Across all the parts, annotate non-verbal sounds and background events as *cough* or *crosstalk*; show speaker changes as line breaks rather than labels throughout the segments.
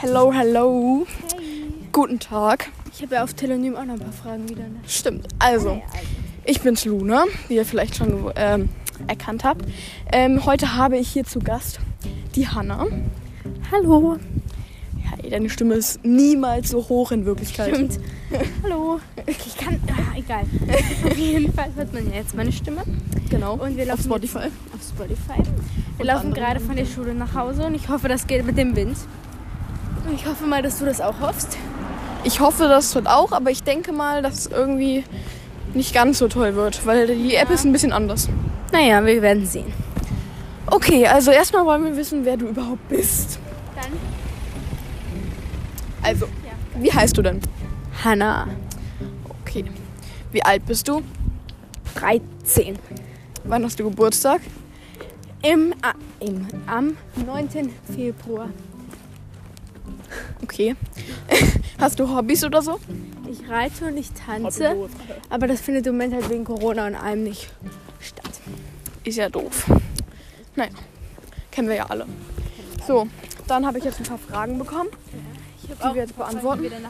Hello, hello. Guten Tag.
Ich habe ja auf Telonym auch noch ein paar Fragen wieder. Ne?
Stimmt. Also, ich bin's Luna, wie ihr vielleicht schon ähm, erkannt habt. Ähm, heute habe ich hier zu Gast die Hanna.
Hallo.
Ja, ey, deine Stimme ist niemals so hoch in Wirklichkeit.
Stimmt. Hallo. Ich kann. Ah, egal. Auf jeden Fall hört man ja jetzt meine Stimme.
Genau.
Und wir
Auf
laufen
Spotify.
Jetzt auf Spotify. Wir
Und
laufen
anderen
gerade von der Schule nach Hause und ich hoffe, das geht mit dem Wind. Und ich hoffe mal, dass du das auch hoffst.
Ich hoffe, das wird auch, aber ich denke mal, dass es irgendwie nicht ganz so toll wird, weil die App ist ein bisschen anders.
Naja, wir werden sehen.
Okay, also erstmal wollen wir wissen, wer du überhaupt bist.
Dann
Also, wie heißt du denn?
Hanna,
Okay. Wie alt bist du?
13.
Wann hast du Geburtstag?
Im, A- im, am 9. Februar.
Okay. *laughs* Hast du Hobbys oder so?
Ich reite und ich tanze, aber das findet im Moment halt wegen Corona und allem nicht statt.
Ist ja doof. Naja, kennen wir ja alle. So, dann habe ich jetzt ein paar Fragen bekommen.
Ich
Die auch wir jetzt ein paar Fragen, beantworten. die
danach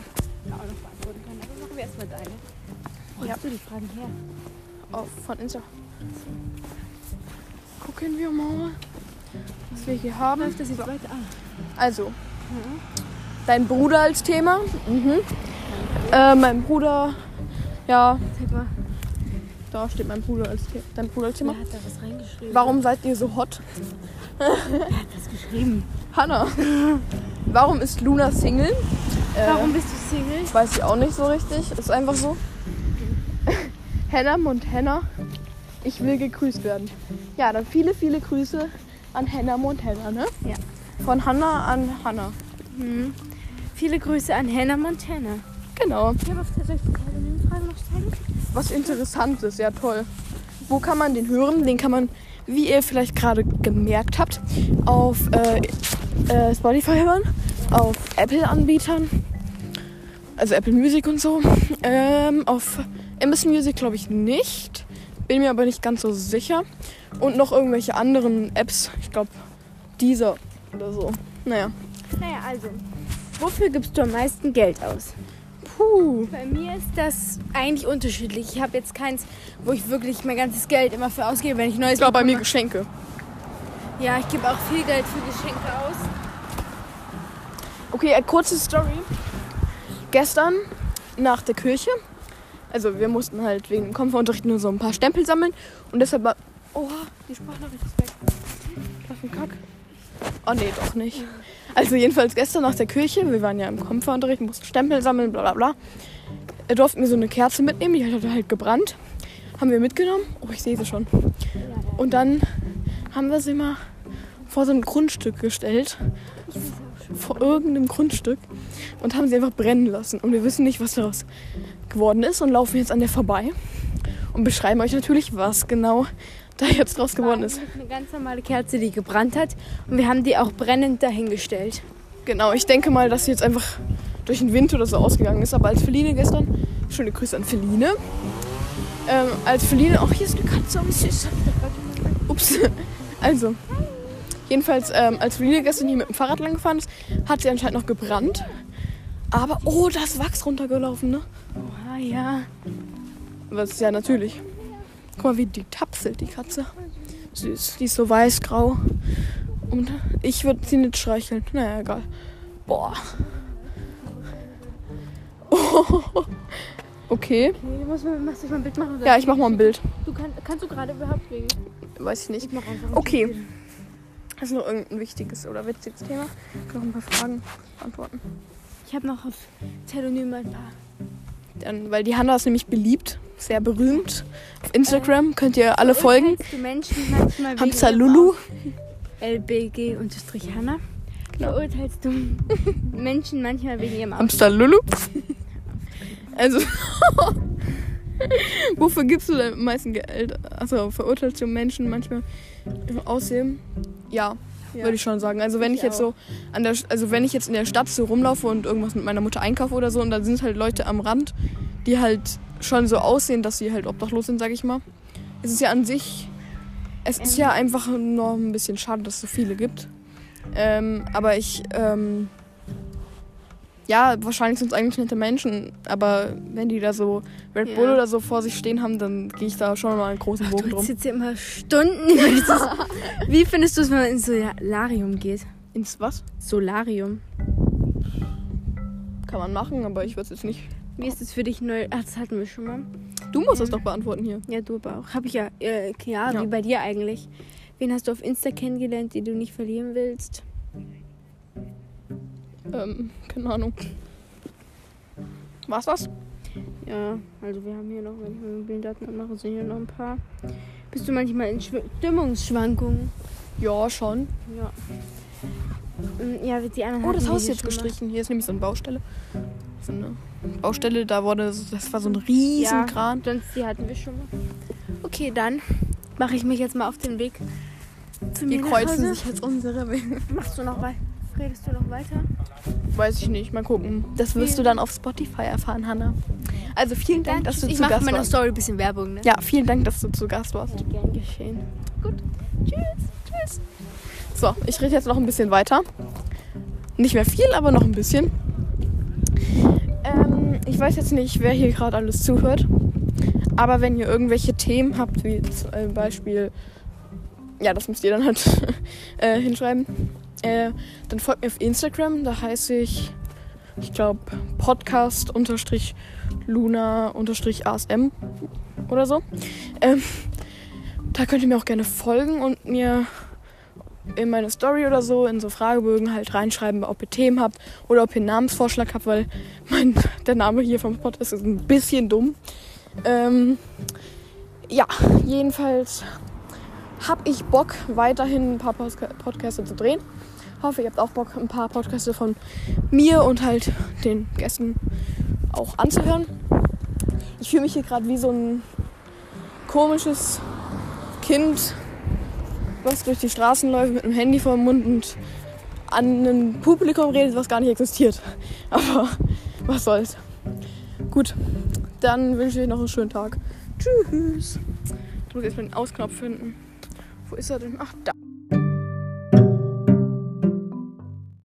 auch noch beantworten können. Aber machen wir erstmal deine.
Wo Ja. hast
du die Fragen her?
auf, Oh, von Insta. Gucken wir mal, was wir hier haben.
das jetzt weiter an?
Also, dein Bruder als Thema. Mhm. Äh, mein Bruder, ja,
Zeig mal,
da steht mein Bruder als Thema. Dein Bruder als Thema.
wer hat da was reingeschrieben?
Warum seid ihr so hot?
Was geschrieben?
Hanna. Warum ist Luna Single? Äh,
Warum bist du Single?
Weiß ich auch nicht so richtig. Ist einfach so. Hannah und Hannah, ich will gegrüßt werden. Ja, dann viele, viele Grüße an Hannah und Hannah, ne?
Ja.
Von Hannah an Hannah.
Hm. Viele Grüße an Hannah Montana.
Genau.
Ich habe auf tatsächlich die Fragen noch stellen.
Was Interessantes, ja toll. Wo kann man den hören? Den kann man, wie ihr vielleicht gerade gemerkt habt, auf äh, äh, Spotify hören, auf Apple-Anbietern, also Apple Music und so. Ähm, auf Amazon Music glaube ich nicht, bin mir aber nicht ganz so sicher. Und noch irgendwelche anderen Apps, ich glaube dieser oder so. Naja,
Naja, also. Wofür gibst du am meisten Geld aus?
puh.
Bei mir ist das eigentlich unterschiedlich. Ich habe jetzt keins, wo ich wirklich mein ganzes Geld immer für ausgebe, wenn ich neues
Ich glaube bei mir
bekomme.
Geschenke.
Ja, ich gebe auch viel Geld für Geschenke aus.
Okay, eine kurze Story. Gestern nach der Kirche, also wir mussten halt wegen dem Kampfunterricht nur so ein paar Stempel sammeln und deshalb war. Oha, die Sprachnachricht ist weg. Was für ein Kack. Oh nee, doch nicht. Also jedenfalls gestern nach der Kirche, wir waren ja im Kampfunterricht, mussten Stempel sammeln, bla bla bla. Er durfte mir so eine Kerze mitnehmen, die hat halt gebrannt. Haben wir mitgenommen. Oh, ich sehe sie schon. Und dann haben wir sie mal vor so ein Grundstück gestellt vor irgendeinem Grundstück und haben sie einfach brennen lassen. Und wir wissen nicht, was daraus geworden ist und laufen jetzt an der vorbei und beschreiben euch natürlich, was genau da jetzt draus geworden ist.
Eine ganz normale Kerze, die gebrannt hat. Und wir haben die auch brennend dahingestellt.
Genau, ich denke mal, dass sie jetzt einfach durch den Wind oder so ausgegangen ist. Aber als Feline gestern, schöne Grüße an Feline. Ähm, als Feline, ach, hier ist eine Katze, oh, süß. Ups. *laughs* Also, jedenfalls, ähm, als Feline gestern hier mit dem Fahrrad lang gefahren ist, hat sie anscheinend noch gebrannt. Aber, oh, da ist Wachs runtergelaufen, ne?
Ah ja.
Was ist ja natürlich. Guck mal, wie die tapselt, die Katze. Süß. Die ist so weiß-grau. Und ich würde sie nicht streicheln. Naja, egal. Boah. *laughs* Oh. Okay.
Okay, muss man, machst du mal ein Bild machen? Oder?
Ja, ich mach mal ein Bild.
Du kann, kannst du gerade überhaupt wegen?
Weiß ich nicht.
mach einfach.
Okay. Hast du noch irgendein wichtiges oder witziges Thema? Ich kann noch ein paar Fragen beantworten.
Ich habe noch auf Telonym ein paar.
Dann, weil die Hanna ist nämlich beliebt. Sehr berühmt. Auf Instagram könnt ihr alle Äh, folgen.
Verurteilst Du Menschen manchmal wegen
Hamza
ihrem
Lulu.
LBG-Hanna.
Genau. *laughs*
Verurteilst du Menschen manchmal wegen ihrem Aussehen?
Hamster Lulu. *laughs* Also, *laughs* wofür gibst du deinem meisten Geld? Also verurteilst du Menschen manchmal im Aussehen? Ja,
Ja.
würde ich schon sagen. Also wenn ich,
Ich
jetzt so an der, also wenn ich jetzt in der Stadt so rumlaufe und irgendwas mit meiner Mutter einkaufe oder so, und dann sind halt Leute am Rand, die halt schon so aussehen, dass sie halt obdachlos sind, sag ich mal. Es ist ja an sich, es ist
Ähm.
ja einfach noch ein bisschen schade, dass es so viele gibt. Ähm, aber ich ähm, ja, wahrscheinlich sind es eigentlich nette Menschen, aber wenn die da so Red
Ja.
Bull oder so vor sich stehen haben, dann gehe ich da schon mal einen großen
Du
Bogen drum.
sitzt hier immer Stunden. über dieses-
*laughs*
Wie findest du es, wenn man ins Solarium geht?
Ins was?
Solarium.
Kann man machen, aber ich würde es jetzt nicht.
Wie ist es für dich neu? Ach, das hatten wir schon mal.
Du musst es doch beantworten hier.
Ja, du aber auch. Hab ich ja. Äh, ja,
Ja.
wie bei dir eigentlich. Wen hast du auf Insta kennengelernt, den du nicht verlieren willst?
Ähm, keine Ahnung. Was was?
Ja, also wir haben hier noch, wenn ich meine mobilen Daten anmache, sind hier noch ein paar. Bist du manchmal in Schw Stimmungsschwankungen?
Ja, schon.
Ja. Ähm, Ja, die anderen
Oh, das
hatten
Haus ist jetzt
wir hier schon mal.
gestrichen. Hier ist nämlich so eine Baustelle. So eine Baustelle, da wurde, so- das war so ein riesen
Ja.
Kran.
Sonst die hatten wir schon mal. Okay, dann mache ich mich jetzt mal auf den Weg. Zu
Hier
mir nach
kreuzen
Hause.
sich jetzt unsere Wege.
Machst du noch weiter? Redest du noch weiter?
Weiß ich nicht, mal gucken. Das wirst du dann auf Spotify erfahren, Hanna. Also vielen Dank, dass du
ich
zu
mache
Gast
meiner
warst.
Story ein bisschen Werbung, ne?
Ja, vielen Dank, dass du zu Gast warst.
ja gern geschehen.
So, ich rede jetzt noch ein bisschen weiter. Nicht mehr viel, aber noch ein bisschen. Ähm, ich weiß jetzt nicht, wer hier gerade alles zuhört. Aber wenn ihr irgendwelche Themen habt, wie zum äh, Beispiel, ja, das müsst ihr dann halt *laughs* äh, hinschreiben, äh, dann folgt mir auf Instagram. Da heiße ich, ich glaube, podcast-luna-asm oder so. Ähm, da könnt ihr mir auch gerne folgen und mir in meine Story oder so, in so Fragebögen halt reinschreiben, ob ihr Themen habt oder ob ihr einen Namensvorschlag habt, weil mein, *laughs* der Name hier vom Podcast ist ein bisschen dumm. Ähm, ja, jedenfalls habe ich Bock, weiterhin ein paar Posca- Podcasts zu drehen. Hoffe, ihr habt auch Bock, ein paar Podcasts von mir und halt den Gästen auch anzuhören. Ich fühle mich hier gerade wie so ein komisches Kind, was durch die Straßen läuft mit einem Handy vor dem Mund und an ein Publikum redet, was gar nicht existiert. *laughs* Aber was soll's. Gut, dann wünsche ich euch noch einen schönen Tag. Tschüss. Ich muss jetzt mal den Ausknopf finden. Wo ist er denn? Ach, da.